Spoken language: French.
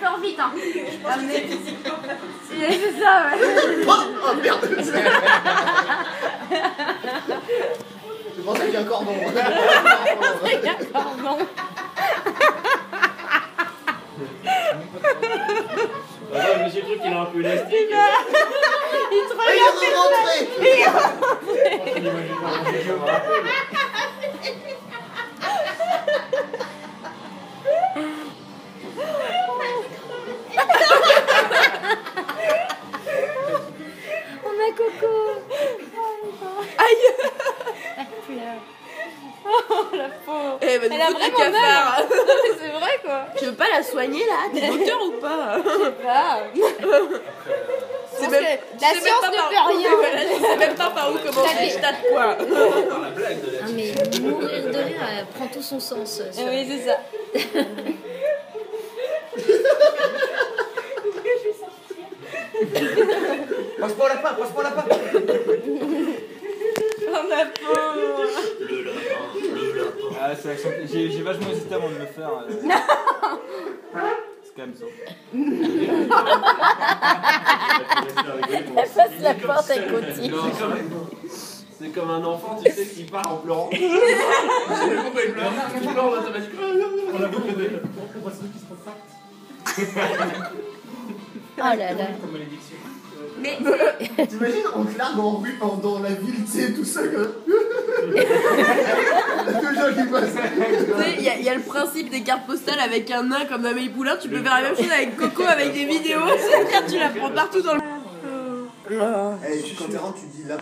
alors vite, hein. Ah, mais- C'est c'est ça, ouais. Oh merde Je pensais qu'il y a un cordon. Pardon. Bah, ouais, monsieur Truc, il a un peu élastique. Il te Ah, regarde. il est rentré Je pense qu'il imagine pas manger comme un rappel. Oh ma coco. Aïe. Elle pleure. Oh la pauvre. Eh, bah, du Elle a coup, t'es vraiment cafard. mal. Non, mais c'est vrai quoi. Tu veux pas la soigner là T'es docteur ou pas Ah. C'est même- la tu sais même science pas ne par- fait rien. Voilà, je sais même pas par où commencer, je tâte quoi. Ah, mais mourir de rire euh, prend tout son sens. euh, sur- Oui, c'est ça. Passe-moi la part, passe-moi la part. Oh ma pauvre. Ah, c'est l'accent. J'ai j'ai vachement hésité avant de le faire. euh. C'est quand même ça. Elle passe la porte à côté. C'est comme un enfant, tu sais, qui part en pleurant. Je sais pas pourquoi il pleure. Il pleure en automatique. Oh là là. T'imagines, on te largue en rue pendant la ville, tu sais, tout seul. comme- Il y a deux gens qui passent. Tu sais, il y, a- il y a le principe des cartes postales avec un nain comme Amélie Poulain, tu peux faire la même chose avec Coco Ah, oh. avec des vidéos, c'est-à-dire tu la prends partout dans le Eh, quand t'es rentré, tu dis là.